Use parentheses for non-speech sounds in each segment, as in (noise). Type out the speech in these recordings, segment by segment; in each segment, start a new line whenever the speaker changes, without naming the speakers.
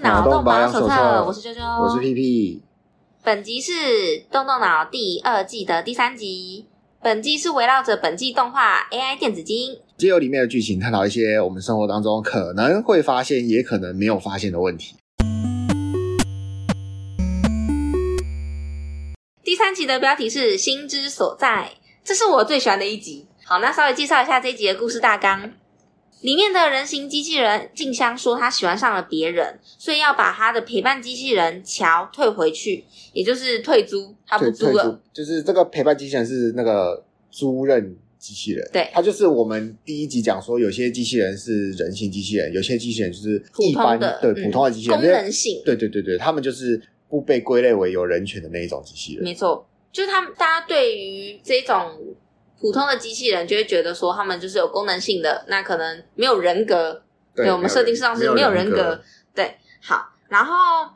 脑动保养手册，
我
我
是
是啾啾，
我是屁屁，
本集是《动动脑》第二季的第三集，本季是围绕着本季动画 AI 电子精。
借由里面的剧情探讨一些我们生活当中可能会发现，也可能没有发现的问题。
第三集的标题是“心之所在”，这是我最喜欢的一集。好，那稍微介绍一下这一集的故事大纲。里面的人形机器人静香说，她喜欢上了别人，所以要把她的陪伴机器人乔退回去，也就是退租，她不
退
租
退
了。
出就是这个陪伴机器人是那个租赁机器人，
对
它就是我们第一集讲说，有些机器人是人形机器人，有些机器人就是一
普通
般
的
对
嗯
普通的机器人，
功能性
对对对对，他们就是不被归类为有人权的那一种机器人。
没错，就是他们大家对于这种普通的机器人，就会觉得说他们就是有功能性的，那可能没有人格。
对
我们设定上是
没
没
有
有
人
人
格
格。对，好，然后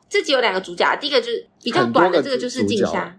这集有两个主角，第一个就是比较
很多
短的
个
这个
主
就是
主
静
角
香。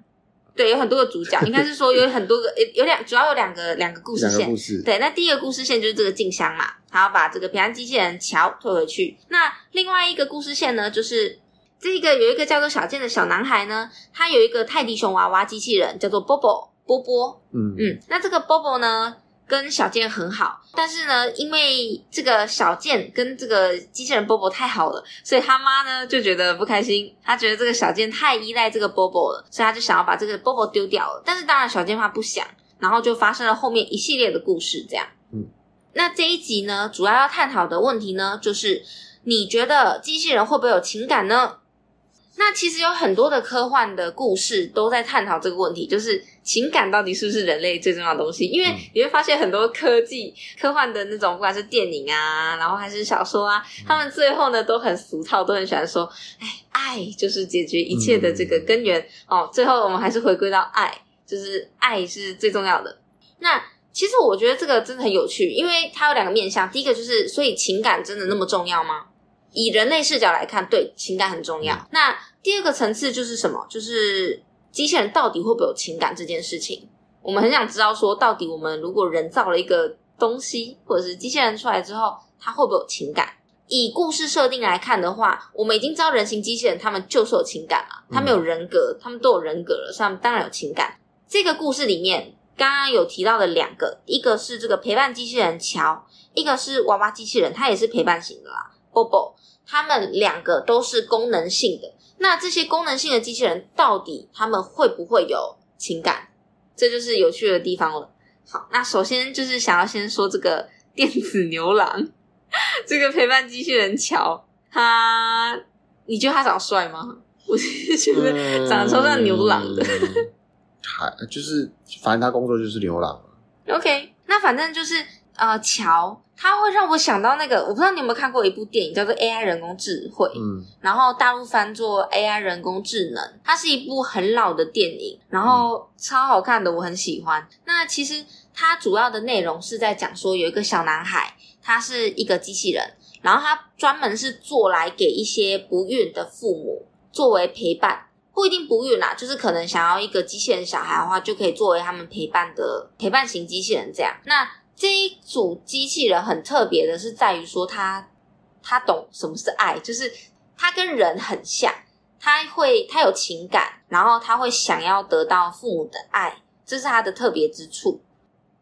对，有很多个主角，应该是说有很多个，有有两，主要有两个两个故事
两个
线
故。事，
对，那第一个故事线就是这个静香嘛，还要把这个平安机器人乔推回去。那另外一个故事线呢，就是这个有一个叫做小健的小男孩呢，他有一个泰迪熊娃娃机器人，叫做波波波波。
嗯
嗯，那这个 Bobo 呢，跟小健很好，但是呢，因为这个小健跟这个机器人 Bobo 太好了，所以他妈呢就觉得不开心，他觉得这个小健太依赖这个 Bobo 了，所以他就想要把这个 Bobo 丢掉了。但是当然，小健他不想，然后就发生了后面一系列的故事，这样。
嗯，
那这一集呢，主要要探讨的问题呢，就是你觉得机器人会不会有情感呢？那其实有很多的科幻的故事都在探讨这个问题，就是情感到底是不是人类最重要的东西？因为
嗯
你会发现很多科技、科幻的那种，不管是电影啊，然后还是小说啊，他们最后呢都很俗套，都很喜欢说，哎，爱就是解决一切的这个根源、哦。最后我们还是回归到爱，就是爱是最重要的。那其实我觉得这个真的很有趣，因为它有两个面向。第一个就是，所以情感真的那么重要吗？以人类视角来看，对情感很重要。那第二个层次就是什么？就是机器人到底会不会有情感这件事情？我们很想知道说，到底我们如果人造了一个东西，或者是机器人出来之后，它会不会有情感？以故事设定来看的话，我们已经知道人形机器人他们就是有情感嘛，他们有人格，他们都有人格了，所以他们当然有情感。这个故事里面，刚刚有提到的两个，一个是这个陪伴机器人乔，一个是娃娃机器人，它也是陪伴型的啦，Bobo。他们两个都是功能性的，那这些功能性的机器人到底他们会不会有情感？这就是有趣的地方了。好，那首先就是想要先说这个电子牛郎， (laughs) 这个陪伴机器人乔，他你觉得他长得帅吗？我是觉得 (laughs) 长得超像牛郎的
嗯，还就是反正他工作就是牛郎嘛，
OK，那反正就是呃，乔，它会让我想到那个，我不知道你有没有看过一部电影叫做《AI 人工智慧》，
嗯，
然后大陆翻作《AI 人工智能》，它是一部很老的电影，然后超好看的，我很喜欢。那其实它主要的内容是在讲说，有一个小男孩，他是一个机器人，然后他专门是做来给一些不孕的父母作为陪伴。不一定不孕啦，就是可能想要一个机器人小孩的话，就可以作为他们陪伴的陪伴型机器人这样。那这一组机器人很特别的是在于说它，它懂什么是爱，就是它跟人很像，它会它有情感，然后它会想要得到父母的爱，这是它的特别之处。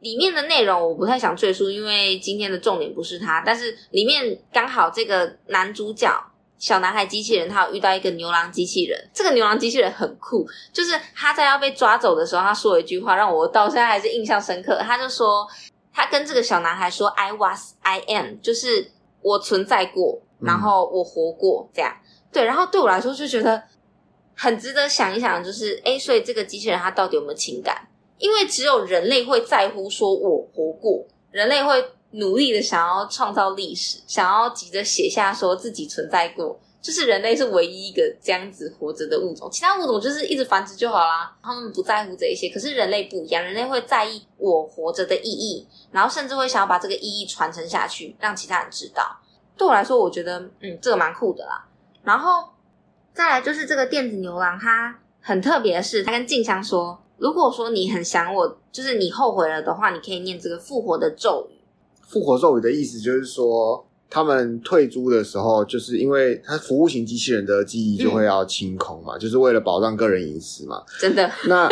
里面的内容我不太想赘述，因为今天的重点不是它，但是里面刚好这个男主角。小男孩机器人，他有遇到一个牛郎机器人。这个牛郎机器人很酷，就是他在要被抓走的时候，他说了一句话，让我到现在还是印象深刻。他就说，他跟这个小男孩说 “I was, I am”，就是我存在过，
嗯
然后我活过这样。对，然后对我来说就觉得很值得想一想，就是诶，所以这个机器人它到底有没有情感？因为只有人类会在乎说我活过，人类会努力的想要创造历史，想要急着写下说自己存在过。就是人类是唯一一个这样子活着的物种，其他物种就是一直繁殖就好啦，他们不在乎这一些。可是人类不一样，人类会在意我活着的意义，然后甚至会想要把这个意义传承下去，让其他人知道。对我来说，我觉得嗯，这个蛮酷的啦。然后再来就是这个电子牛郎，他很特别的是，他跟静香说，如果说你很想我，就是你后悔了的话，你可以念这个复活的咒语。
复活咒语的意思就是说，他们退租的时候，就是因为它服务型机器人的记忆就会要清空
嗯
嘛，就是为了保障个人隐
(laughs)
私嘛。
真的，
那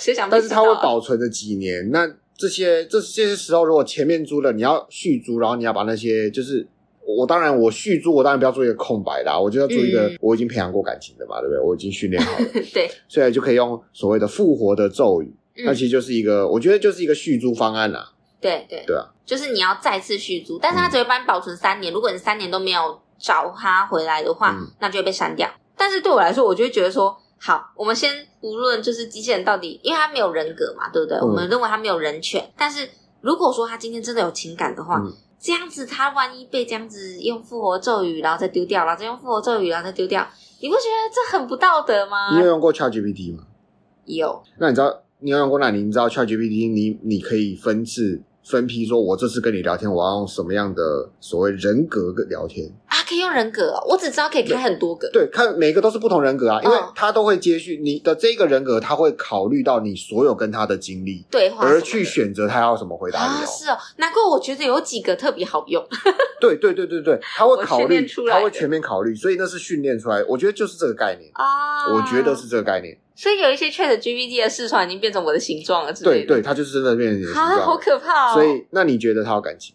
谁想被
但是
知
它
道
会
啊？
保存着几年。那这些这这些时候，如果前面租了，你要续租，然后你要把那些就是。我当然，我续租，我当然不要做一个空白啦，我就要做一个、
嗯
我已经培养过感情的嘛，对不对？我已经训练好了，
(laughs) 对，
所以就可以用所谓的复活的咒语，
嗯
那其实就是一个，我觉得就是一个续租方案啦、
对对
对啊，
就是你要再次续租，但是它
嗯
只会帮你保存三年。如果你三年都没有找它回来的话，
嗯
那就会被删掉。但是对我来说，我就会觉得说，好，我们先无论就是机器人到底，因为它没有人格嘛，对不对？
嗯
我们认为它没有人权，但是如果说它今天真的有情感的话。
嗯
这样子，它万一被这样子用复活咒语，然后再丢掉，然后再用复活咒语，然后再丢掉，你不觉得这很不道德吗
你？有用过 ChatGPT 吗？
有，
那你知道你有用过那你知道 ChatGPT 你你可以分次分批说，我这次跟你聊天，我要用什么样的所谓人格跟聊天？
啊，可以用人格、哦，我只知道可以开很多个。
对，看每个都是不同人格啊，因为
嗯
他都会接续你的这个人格，他会考虑到你所有跟他的经历，
对话什么的，
而去选择他要怎么回答你
啊，
哦。
是哦，难怪我觉得有几个特别好
(laughs)
用。
对对对对对，他会考
我训
虑
练出，来
他
的
会全面考虑，所以那是训练出来，我觉得就是这个概念，
啊
我觉得是，这个概念。
所以有一些 Chat GPT 的视窗已经变成我的形状了之
对
类的。
对，他就是真的变成你的形
啊，好
状。
可怕哦！
所以，那你觉得他有感情？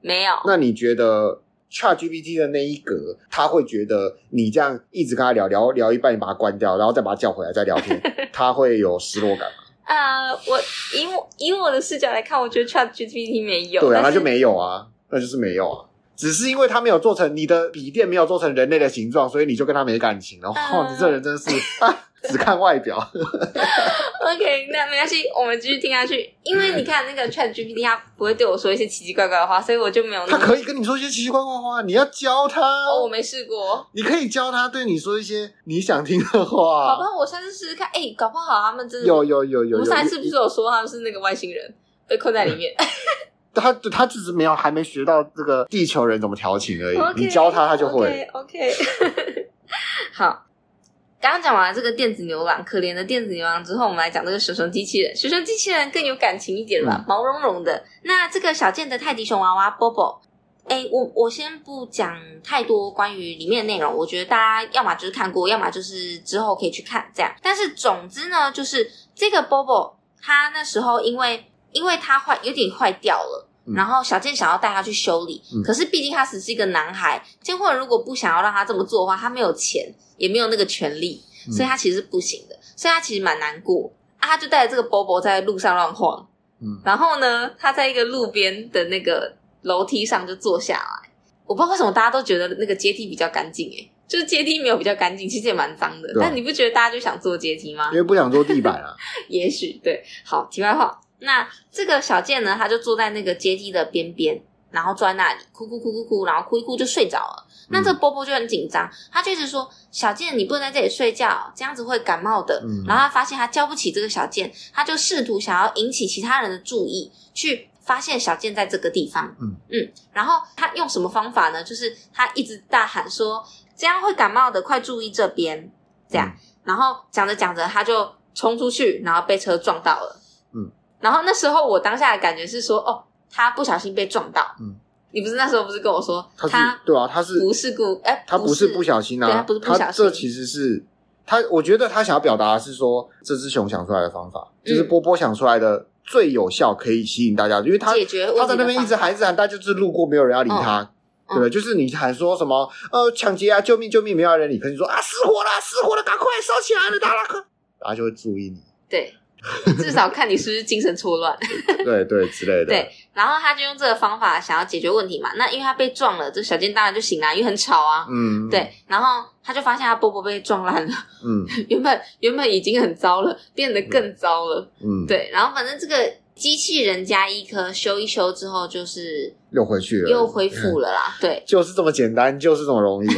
没有，
那你觉得 ChatGPT 的那一格，他会觉得你这样一直跟他聊聊聊一半，你把他关掉，然后再把他叫回来再聊
(laughs)
天，他会有失落感吗？
呃，我以我以我的视角来看，我觉得 Chat GPT 没有，
对啊，那
但是
就没有啊，那就是没有啊。只是因为他没有做成你的笔电没有做成人类的形状，所以你就跟他没感情了。哇，
嗯
你这人真是 (laughs) 啊，只看外表。
(laughs) OK，那没关系，我们继续听下去。因为你看那个 Chat GPT，它不会对我说一些奇奇怪怪的话，所以我就没有那
他
么。
可以啊跟你说一些奇奇怪怪的话，你要教他，
哦，我没试过，
你可以教他对你说一些你想听的
搞
话
不。好我下次试试看。哎，搞不好他们真的
有有有有
我们
有，
上一次不是有说他们是那个外星人被困在里面？
他他只是没有还没学到这个地球人怎么调情而已。
OK，
你教他，他就会。。 (laughs)
OK，, o k 好。刚刚讲完了这个电子牛郎，可怜的电子牛郎之后，我们来讲这个学生机器人。学生机器人更有感情一点吧，
嗯
毛茸茸的。那这个小件的泰迪熊娃娃 Bobo，哎，我我先不讲太多关于里面的内容，我觉得大家要么就是看过，要么就是之后可以去看这样。但是总之呢，就是这个 Bobo 他那时候因为因为他坏有点坏掉了，
嗯
然后小健想要带他去修理，
嗯
可是毕竟他只是一个男孩，监护人如果不想要让他这么做的话，他没有钱，也没有那个权利，
嗯
所以他其实是不行的，所以他其实蛮难过啊。他就带着这个 Bobo 在路上乱晃，
嗯，
然后呢，他在一个路边的那个楼梯上就坐下来。我不知道为什么大家都觉得那个阶梯比较干净诶、欸就是阶梯没有比较干净，其实也蛮脏的。
对啊
但你不觉得大家就想坐阶梯吗
因？为不想做地板啊。
(laughs) 也许对。好，题外话，那这个小健呢，他就坐在那个阶梯的边边，然后坐在那里哭哭哭哭哭，然后哭一哭就睡着了。
嗯
那这波波就很紧张，他就一直说：“小健，你不能在这里睡觉，这样子会感冒的。
嗯
然后他发现他教不起这个小健，他就试图想要引起其他人的注意，去发现小健在这个地方。
嗯
然后他用什么方法呢？就是他一直大喊说：“这样会感冒的，快注意这边。”这样，
嗯
然后讲着讲着，他就冲出去，然后被车撞到了。
嗯，
然后那时候我当下的感觉是说，哦，他不小心被撞到。
嗯，
你不是那时候不是跟我说
他是对啊，他是
不是故哎，
他不
不
是不小心
对他
啊
不是，不小
他
心
这其实是他，我觉得他想要表达的是说，这只熊想出来的方法，就是
嗯
波波想出来的最有效，可以吸引大家，因为他
解决问题
他
的
在那边一直
方法哦
喊一直喊，大家就是路过，没有人要理他。对不对？就是你喊说什么呃抢劫啊救命救命，没有人理，可是你说啊失火了失火了，赶快烧起来了，大家快，大家就会注意你， (laughs)
对，至少看你是不是精神错乱。 (laughs)
对对之类的，
对，然后他就用这个方法想要解决问题嘛。那因为他被撞了，这小健当然就醒了，因为很吵啊。
嗯，
对，然后他就发现他波波被撞烂了， (laughs)
嗯，
原本原本已经很糟了，变得更糟了。
嗯，，
对，然后反正这个机器人加医科修一修之后，就是
又回去了，
又恢复了
嗯
啦。对，
(laughs) 就是这么简单，就是这么容易。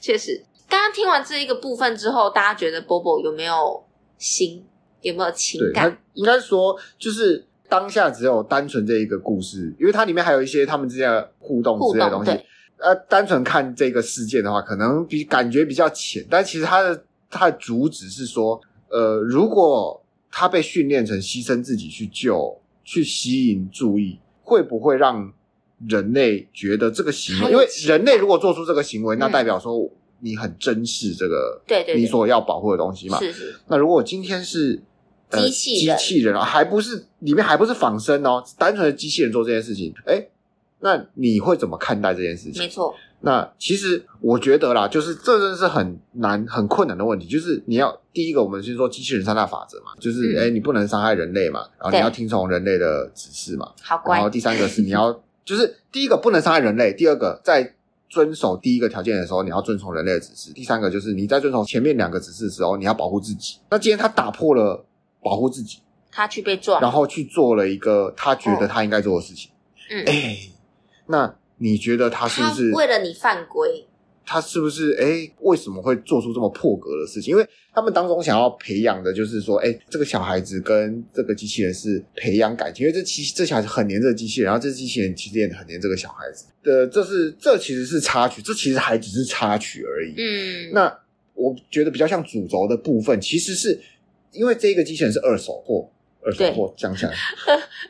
确实，刚刚听完这一个部分之后，大家觉得 Bobo 有没有心，有没有情
对他
感？
应该说就是当下只有单纯这一个故事，因为它里面还有一些他们之间的互动之类的东
互
西
动。
呃，单纯看这个事件的话，可能比感觉比较浅，但其实它的它的主旨是说，呃，如果他被训练成牺牲自己去救，去吸引注意，会不会让人类觉得这个行
还
为，
有
因为
期待
人类如果做出这个行为，那
嗯
代表说你很珍视这个
对对对
你所要保护的东西嘛。
是是，
那如果今天是呃
机器人
机器人啊，还不是里面还不是仿生哦，单纯的机器人做这件事情，哎，那你会怎么看待这件事情？
没错，
那其实我觉得啦，就是这真的是很难、很困难的问题。就是你要第一个，我们先说机器人三大法则嘛，就
嗯
是哎、诶你不能伤害人类嘛，然后
对
你要听从人类的指示嘛，
好
然
乖
后，第三个是你
(laughs)
要，就是第一个不能伤害人类，第二个在遵守第一个条件的时候，你要遵从人类的指示，第三个就是你在遵从前面两个指示的时候，你要保护自己。那今天他打破了保护自己，
他去被撞，
然后去做了一个他觉得他应该做的事情，
哦嗯
哎、那你觉得他是不
他
是
为了你犯规，
他是不是哎、诶为什么会做出这么破格的事情？因为他们当中想要培养的就是说，哎、这个小孩子跟这个机器人是培养感情，因为这其这小孩子很黏这个机器人，然后这机器人其实也很黏这个小孩子。呃，这是这其实是插曲，这其实还只是插曲而已。
嗯，
那我觉得比较像主轴的部分，其实是因为这个机器人是二手货，二手货
(laughs)
讲起来，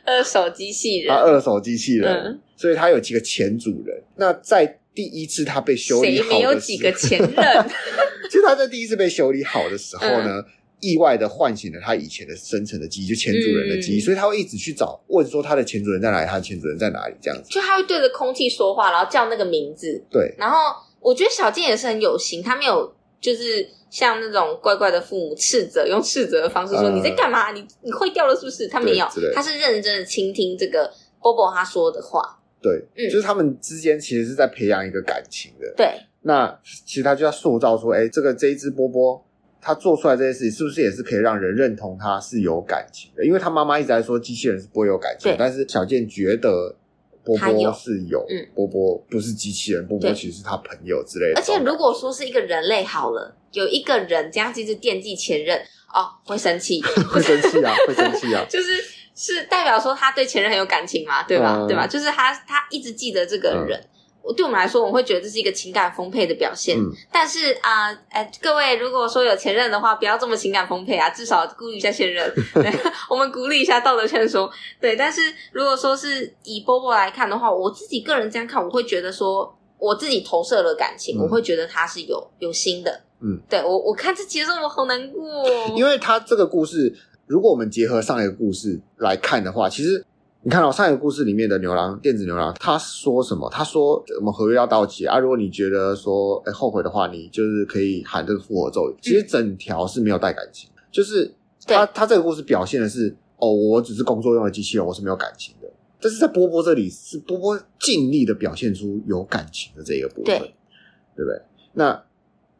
二手机器人
他，二手机器人，
嗯
所以他有几个前主人。那在第一次他被修理
谁
好的
没有
时
几个
候
前
(laughs)
任？
其实他在第一次被修理好的时候
嗯
呢，意外的唤醒了他以前的深层的记忆，就前主人的记忆，
嗯
所以他会一直去找，问说他的前主人在哪里，他的前主人在哪里这样子。
就他会对着空气说话，然后叫那个名字，
对，
然后我觉得小健也是很有心，他没有就是像那种怪怪的父母斥责，用斥责的方式说、
呃
你在干嘛，你你坏掉了是不是？他没有
之类的，
他是认真的倾听这个 Bobo 他说的话。
对，
嗯
就是他们之间其实是在培养一个感情的。
对，
那其实他就要塑造出，哎，这个这一只波波。他做出来这些事情，是不是也是可以让人认同他是有感情的？因为他妈妈一直在说机器人是不会有感情的
对，
但是小健觉得波
他有
波是有，
嗯
波波不是机器人，波波
对
其实是他朋友之类的
而
这种
且
感觉。
如果说是一个人类好了，有一个人这样子一直惦记前任，哦，会生气，，
(laughs) 会生气啊，会生气啊
(laughs) 就是是代表说他对前任很有感情嘛，对吧？
嗯
对吧？就是他他一直记得这个人。我对我们来说，我会觉得这是一个情感丰沛的表现。
嗯
但是啊，呃哎、各位如果说有前任的话，不要这么情感丰沛啊，至少顾虑一下现
(laughs)
任。对， (laughs) 我们鼓励一下道德劝说。对，但是如果说是以波波来看的话，我自己个人这样看，我会觉得说。我自己投射了感情，
嗯
我会觉得他是有有心的，
嗯，
对我我看这集的时候我好难过、哦，
(laughs) 因为他这个故事，如果我们结合上一个故事来看的话，其实你看到、哦上一个故事里面的牛郎电子牛郎，他说什么？他说我们合约要到期啊，如果你觉得说哎、后悔的话，你就是可以喊这个复活咒语。
嗯
其实整条是没有带感情，就是他他这个故事表现的是哦，我只是工作用的机器人，我是没有感情的。但是在波波这里，是波波尽力的表现出有感情的这一个部分，
对
对不对？那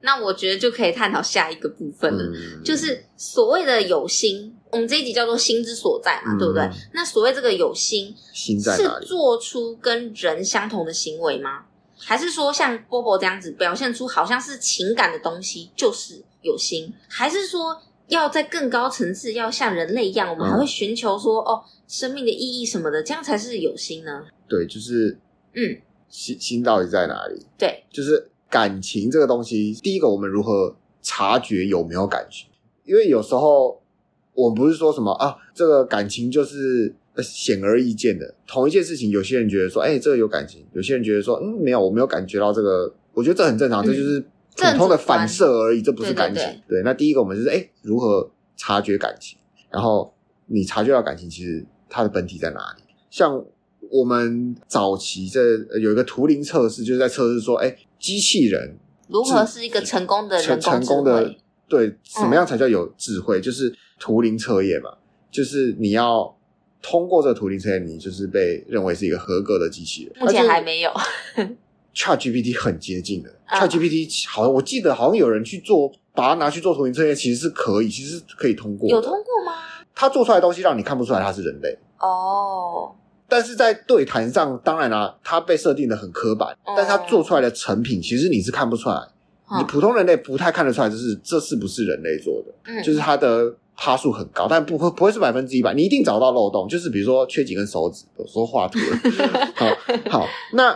那我觉得就可以探讨下一个部分了，
嗯
就是所谓的有心，我们这一集叫做心之所在嘛，
嗯
对不对？那所谓这个有心，
心在哪
是
里？
做出跟人相同的行为吗？还是说像波波这样子表现出好像是情感的东西就是有心？还是说要在更高层次，要像人类一样，我们
嗯
还会寻求说、哦生命的意义什么的，这样才是有心呢？
对，就是
嗯，
心心到底在哪里？
对，
就是感情这个东西，第一个我们如何察觉有没有感情？因为有时候我们不是说什么啊，这个感情就是呃显而易见的，同一件事情，有些人觉得说，哎、这个有感情；有些人觉得说，嗯，没有，我没有感觉到这个。我觉得这很正常，
嗯
这就是普通的反射而已，这不是
对对
感情。对，那第一个我们就是哎、如何察觉感情？然后你察觉到感情，其实它的本体在哪里？像我们早期这呃有一个图灵测试，就是在测试说，哎、机器人
如何是一个成功的
成
人
成
工智
功的
慧？
对什
嗯
么样才叫有智慧？就是图灵测验嘛，就是你要通过这个图灵测验，你就是被认为是一个合格的机器人。
目前还没有，
ChatGPT 很接近的、
啊
ChatGPT 好像我记得好像有人去做，把它拿去做图灵测验，其实是可以，其实是可以通过的。
有通过吗？
它做出来的东西让你看不出来它是人类。
哦，
但是在对谈上，当然啦、它被设定的很刻板，
哦
但是它做出来的成品，其实你是看不出来，你
嗯
普通人类不太看得出来，这是这是不是人类做的，
嗯
就是它的趴数很高，但不会不会是百分之一百，你一定找到漏洞，就是比如说缺几根手指，有时候画图了，好好，那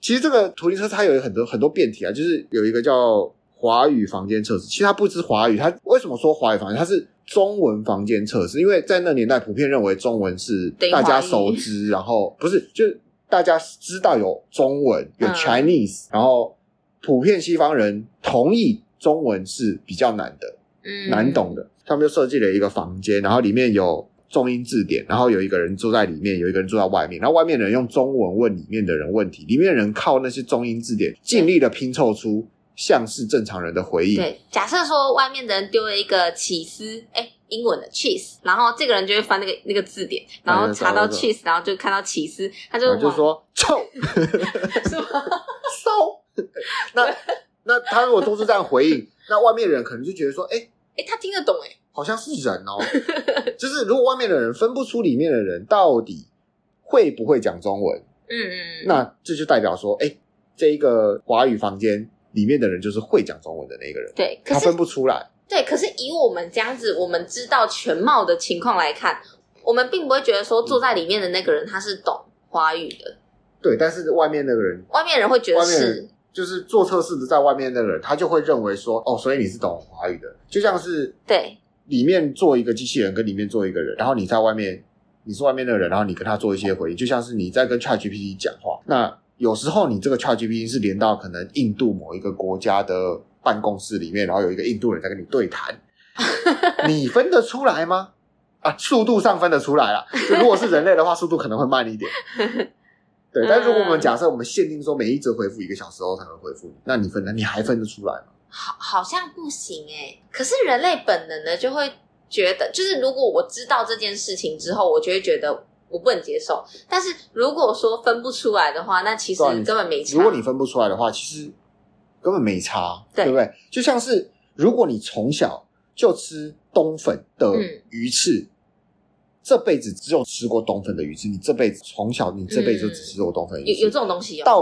其实这个图灵测试它有很多很多变体啊，就是有一个叫华语房间测试，其实它不只是华语，它为什么说华语房间？它是中文房间测试，因为在那年代普遍认为中文是
等于
大家
华语
熟知，然后不是就是大家知道有中文有
嗯
Chinese，、然后普遍西方人同意中文是比较难的。
嗯
难懂的。他们就设计了一个房间，然后里面有中英字典，然后有一个人坐在里面，有一个人坐在外面，然后外面的人用中文问里面的人问题，里面的人靠那些中英字典尽力的拼凑出像是正常人的回应。
对，假设说外面的人丢了一个起司，哎、英文的 cheese，然后这个人就会翻那个那个字典，然后查到
嗯找到
cheese，然后就看到起司，他就
然后就
往
说臭
(laughs) 是吗？
骚。那那他如果做出这样的回应， (laughs) 那外面的人可能就觉得说，哎、
哎、他听得懂哎、
好像是人
(laughs)
哦。就是如果外面的人分不出里面的人到底会不会讲中文，
嗯嗯，
那这就代表说，哎、这一个华语房间里面的人就是会讲中文的那个人，
对，可
他
是
分不出来。
对，可是以我们这样子，我们知道全貌的情况来看，我们并不会觉得说坐在里面的那个人他是懂华语的，
对，但是外面那个人
外面人会觉得
外面
是
人，就是做测试的，在外面那个人，他就会认为说，哦，所以你是懂华语的，就像是
对
里面做一个机器人跟里面做一个人，然后你在外面你是外面的人，然后你跟他做一些回应，就像是你在跟 ChatGPT 讲话。那有时候你这个 ChatGPT 是连到可能印度某一个国家的办公室里面，然后有一个印度人在跟你对谈，你分得出来吗？啊，速度上分得出来啦。就如果是人类的话，速度可能会慢一点。对，但如果我们假设我们限定说每一则回复一个小时后才能回复你，那你分得你还分得出来吗？
好好像不行哎、可是人类本能呢就会觉得，就是如果我知道这件事情之后，我就会觉得。我不能接受，但是如果说分不出来的话，那其实
对啊你
根本没差。
如果你分不出来的话，其实根本没差，
对
不对？就像是如果你从小就吃冬粉的
嗯
鱼翅，这辈子只有吃过冬粉的鱼翅，你这辈子从小你这辈子就只吃过冬粉的鱼
有
翅，
嗯有这种东西哦，
到、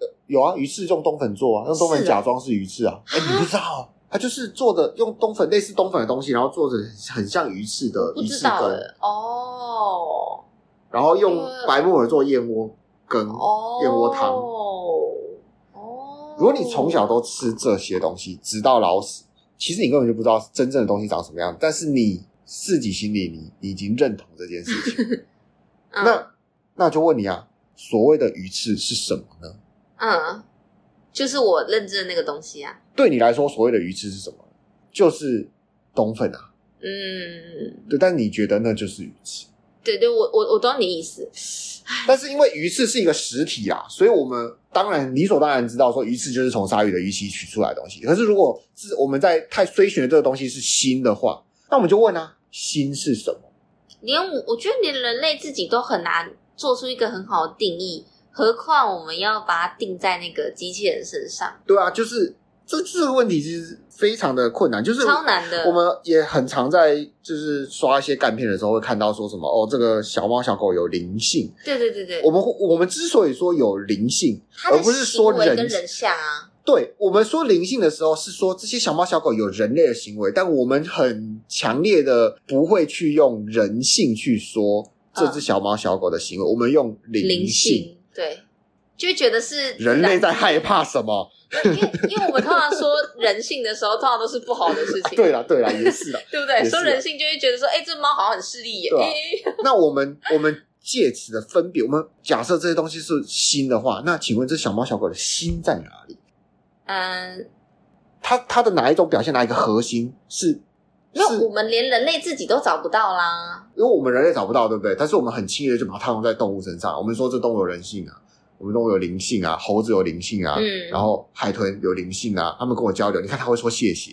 呃有啊，鱼翅用冬粉做啊，用冬
是
粉
啊
假装是鱼翅啊，哎、你不知道啊、它就是做的用冬粉类似冬粉的东西，然后做的很像鱼翅的
不
鱼
知
翅
道
羹，
了哦
然后用
呃
白木耳做燕窝羹。
哦，
燕窝汤
哦。
如果你从小都吃这些东西，直到老死，其实你根本就不知道真正的东西长什么样子。但是你自己心里你你已经认同这件事情，
嗯
那那就问你啊，所谓的鱼翅是什么呢？
嗯，就是我认知的那个东西啊，
对你来说，所谓的鱼翅是什么？就是冬粉啊，
嗯，
对。但你觉得那就是鱼翅？
对对，我我我懂你意思，
但是因为鱼翅是一个实体啊，所以我们当然理所当然知道说鱼翅就是从鲨鱼的鱼鳍取出来的东西。可是如果是我们在太追寻的这个东西是心的话，那我们就问啊，心是什么？
连我我觉得连人类自己都很难做出一个很好的定义，何况我们要把它定在那个机器人身上，
对啊，就是这这个问题其实非常的困难，就是
超难的。
我们也很常在就是刷一些干片的时候会看到说什么哦，这个小猫小狗有灵性。
对对对对
我，们我们之所以说有灵性，
它的
而不是说
行为
人
跟人像啊，
对我们说灵性的时候，是说这些小猫小狗有人类的行为，但我们很强烈的不会去用人性去说这只小猫小狗的行为，我们用
嗯灵
灵性。
性对，就会觉得是
人类
自
在
然
害怕什么？
因为因为我们通常说人性的时候，通常都是不好的事情，
(laughs) 对啦，对啦，也是啦。
对不对？
也是啊
说人性就会觉得说，哎、这猫好像很势利耶。
对啊
哎
那我们我们借此的分别，我们假设这些东西是心的话，那请问这小猫小狗的心在哪里？
嗯，
它它的哪一种表现，哪一个核心是？
那
是
我们连人类自己都找不到啦。
因为我们人类找不到，对不对？但是我们很轻易的就把它套用在动物身上。我们说这动物有人性啊，我们动物有灵性啊，猴子有灵性啊，
嗯
然后海豚有灵性啊，它们跟我交流，你看它会说谢谢，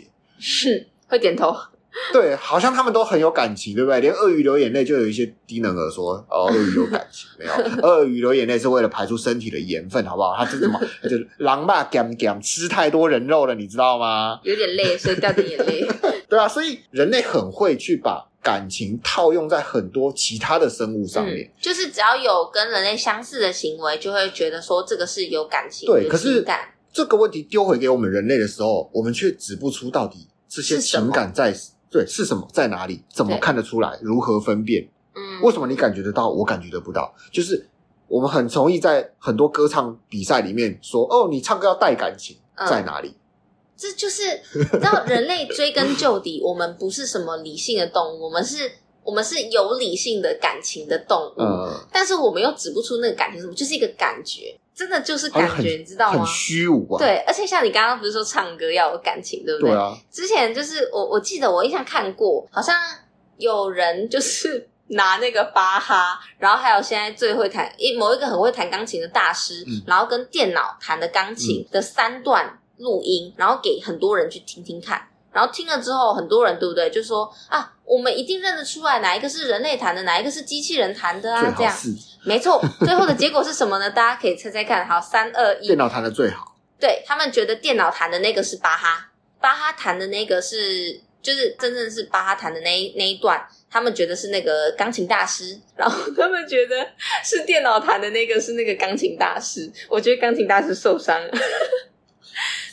会点头，
(laughs) 对，好像它们都很有感情，对不对？连鳄鱼流眼泪就有一些低能儿说
(laughs)
哦，鳄鱼有感情没有？鳄鱼流眼泪是为了排出身体的盐分，好不好？它是什么？ (laughs) 它就是狼吧 g a m g a m 吃太多人肉了，你知道吗？
有点累，所以掉点眼泪。
对啊，所以人类很会去把感情套用在很多其他的生物上面。
嗯，就是只要有跟人类相似的行为，就会觉得说这个是有感情，
对
有
可是
情感
这个问题丢回给我们人类的时候，我们却指不出到底这些
是什么
情感在对是什么，在哪里，怎么
对
看得出来，如何分辨？
嗯，
为什么你感觉得到，我感觉得不到？就是我们很容易在很多歌唱比赛里面说：“哦，你唱歌要带感情，
嗯
在哪里
这就是你知道人类追根究底，我们不是什么理性的动物，我们是。我们是有理性的感情的动物，
呃，
但是我们又指不出那个感情是什么，就是一个感觉，真的就是
好像
感
很
觉，你知道吗
很？虚无啊。
对，而且像你刚刚不是说唱歌要有感情，对不
对啊，
之前就是我我记得我印象看过，好像有人就是 (laughs) 拿那个巴哈，然后还有现在最会弹一某一个很会弹钢琴的大师，
嗯
然后跟电脑弹的钢琴的三段录音，然后给很多人去听听看。然后听了之后，很多人对不对？就说啊，我们一定认得出来哪一个是人类弹的，哪一个是机器人弹的
最
啊？这
好
样
是
没错。最后的结果是什么呢？大家可以猜猜看。好，三二一，
电脑弹的最好。
对他们觉得电脑弹的那个是巴哈，巴哈弹的那个是就是真正是巴哈弹的那一那一段，他们觉得是那个钢琴大师，然后他们觉得是电脑弹的那个是那个钢琴大师，我觉得钢琴大师受伤了， (laughs)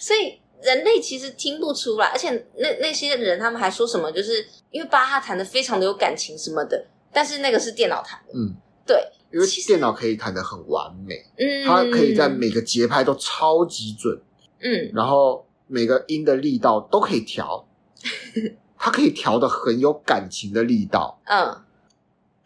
所以。人类其实听不出来，而且那那些人他们还说什么，就是因为巴哈弹的非常的有感情什么的，但是那个是电脑弹的，
嗯，
对，
因为
其实
电脑可以弹得很完美，
嗯，
它可以在每个节拍都超级准，
嗯
然后每个音的力道都可以
(laughs)
调，它可以调的很有感情的力道。
嗯，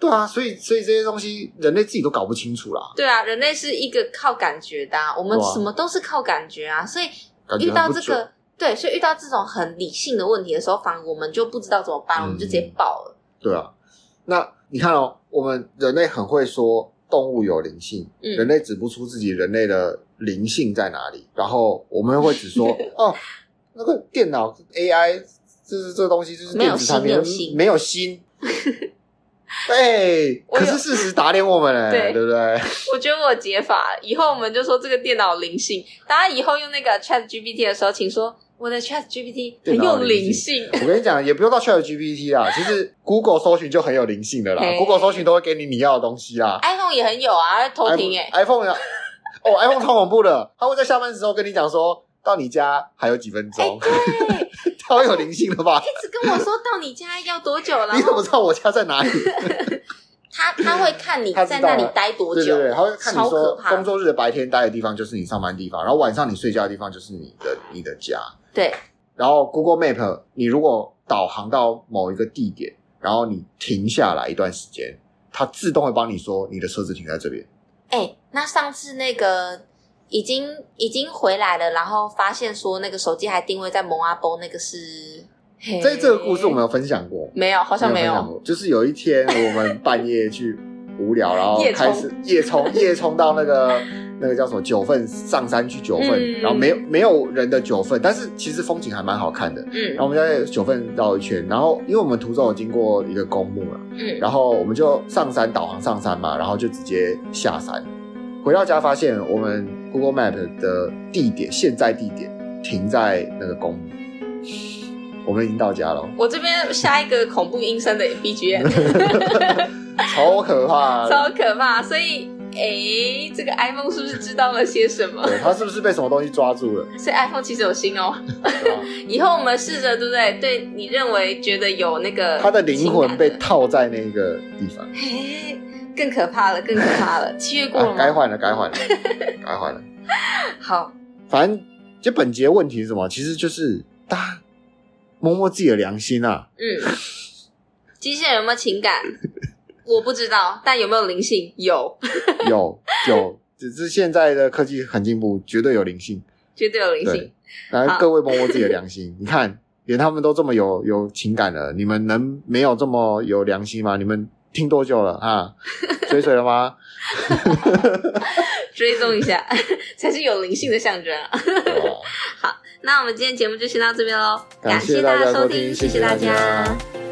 对啊，所以所以这些东西人类自己都搞不清楚啦，
对啊，人类是一个靠感觉的、啊，我们
对啊
什么都是靠感觉啊，所以
感觉
遇到
很不
这
准
个对，所以遇到这种很理性的问题的时候，反而我们就不知道怎么办，
嗯
我们就直接爆了。
对啊，那你看哦，我们人类很会说动物有灵性，
嗯
人类指不出自己人类的灵性在哪里，然后我们会只
(laughs)
说哦，那个电脑 AI 就是这个东西就是
没有
电子产品
心没有心
没有
(laughs)
心。对，
我
可
有
是事实打脸我们嘞，
(laughs) 对
对不对？
我觉得我解法以后，我们就说这个电脑灵性。大家以后用那个 Chat GPT 的时候，请说我的 Chat GPT 很
电脑
有
灵
灵性。
(laughs) 我跟你讲，也不用到 ChatGPT 啦，其实 Google 搜寻就很有灵性的啦
嘿
，Google 搜寻都会给你你要的东西啦。
iPhone 也很有啊，偷听哎、
iPhone
(laughs)
呀，哦，iPhone 超恐怖的，它会在下班时候跟你讲说，到你家还有几分
哎、
钟，
对，
(laughs) 它会有灵性的吧？
一直跟我说到你家要多久，然
(laughs) 你怎么
后
知道我家在哪里？
他他会看你
他知
在
道
那里
了
待多
对
久，
对对，它会看你
超可
说
怕
工作日的白天待的地方就是你上班地方，然后晚上你睡觉的地方就是你的你的家。
对
然后 Google Map，你如果导航到某一个地点，然后你停下来一段时间，它自动会帮你说你的车子停在这边。
哎、那上次那个已经已经回来了，然后发现说那个手机还定位在蒙阿波，那个是嘿
在这个故事我们有分享过，
没有，好像没
有分享
有。
过。就是有
(laughs)
一天我们半夜去无聊，然后
夜冲
开始
(laughs)
夜冲，夜冲到那个那个叫什么九份上山去九份，
嗯
然后没有没有人的九份，但是其实风景还蛮好看的。
嗯
然后我们在九份绕一圈，然后因为我们途中有经过一个公墓了，
嗯，
然后我们就上山导航上山嘛，然后就直接下山。回到家发现我们 Google Map 的地点现在地点停在那个公墓，我们已经到家了。
我这边下一个恐怖阴森的
(laughs)
BGM，
超可怕的！
超可怕。所以，哎、这个 iPhone 是不是知道了些什么？
(laughs) 对，他是不是被什么东西
(laughs)
抓住了？
所以 iPhone 其实有心哦。
对吧
以后我们试着，对不对？对你认为觉得有那个
他的灵魂被
情感
套在那个地方。
(laughs) 的，嘿更可怕了，更可怕了。七月过了
啊，
吗？
该换了，
(laughs)
该换了，该换了。
好，
反正就本节问题是什么？其实就是大家摸摸自己的良心啊。
嗯，机器人有没有情 (laughs) 感？我不知道，但有没有灵性？有， (laughs)
有有，只是现在的科技很进步，绝对有灵性。
绝对有灵性
对。，来
好
各位摸摸自己的良心。你看，连他们都这么有有情感了，你们能没有这么有良心吗？你们听多久了
(laughs)
啊？追随了吗？
追踪一 (laughs) 下，才是有灵性的象征啊！
对吧
那我们今天节目就先到这边喽，
哦感
感
谢
谢
大
大
家
家
收
收
听
听，
谢
谢
谢
谢
大
大
家
家。